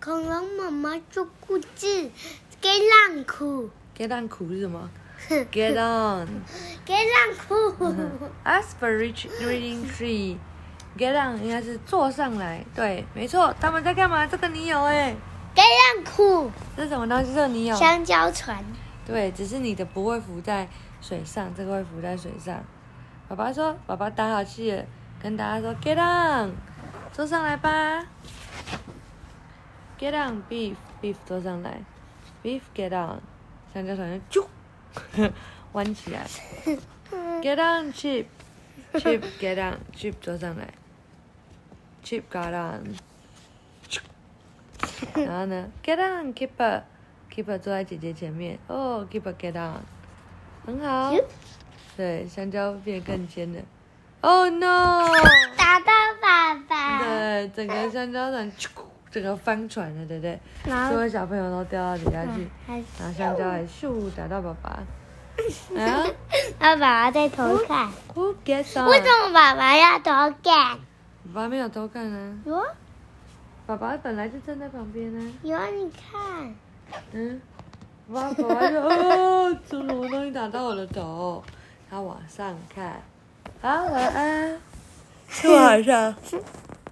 恐龙妈妈说故事，给浪哭， Get on 苦是什么？Get on 给浪哭， aspirin reading tree。Get on 应该是坐上来，对，没错。他们在干嘛？这个你有哎、给浪哭，这是什么东西？这个你有。香蕉船，对，只是你的不会浮在水上，这个会浮在水上。爸爸说，爸爸打好气了，跟大家说，Get on，坐上来吧。Get on beef beef 坐上来，beef get on，香蕉船就啾 弯起来。Get on chip chip get on chip 坐上来，chip got on。然后呢，Get on keeper keeper 坐在姐姐前面，哦、k e e p e r get on，很好。对，香蕉变更尖了。Oh no！打到爸爸，对，整个香蕉船，啾整个翻船了，对不对？然后所有小朋友都掉到底下去，嗯还然后香蕉还咻打到爸爸。然后爸爸在偷看， Who gets on？为什么爸爸要偷看？爸爸没有偷看啊，有啊爸爸本来就站在旁边啊。有啊，你看，嗯，爸爸就哦，怎么我东西打到我的头？他往上看，好，晚安，是晚上。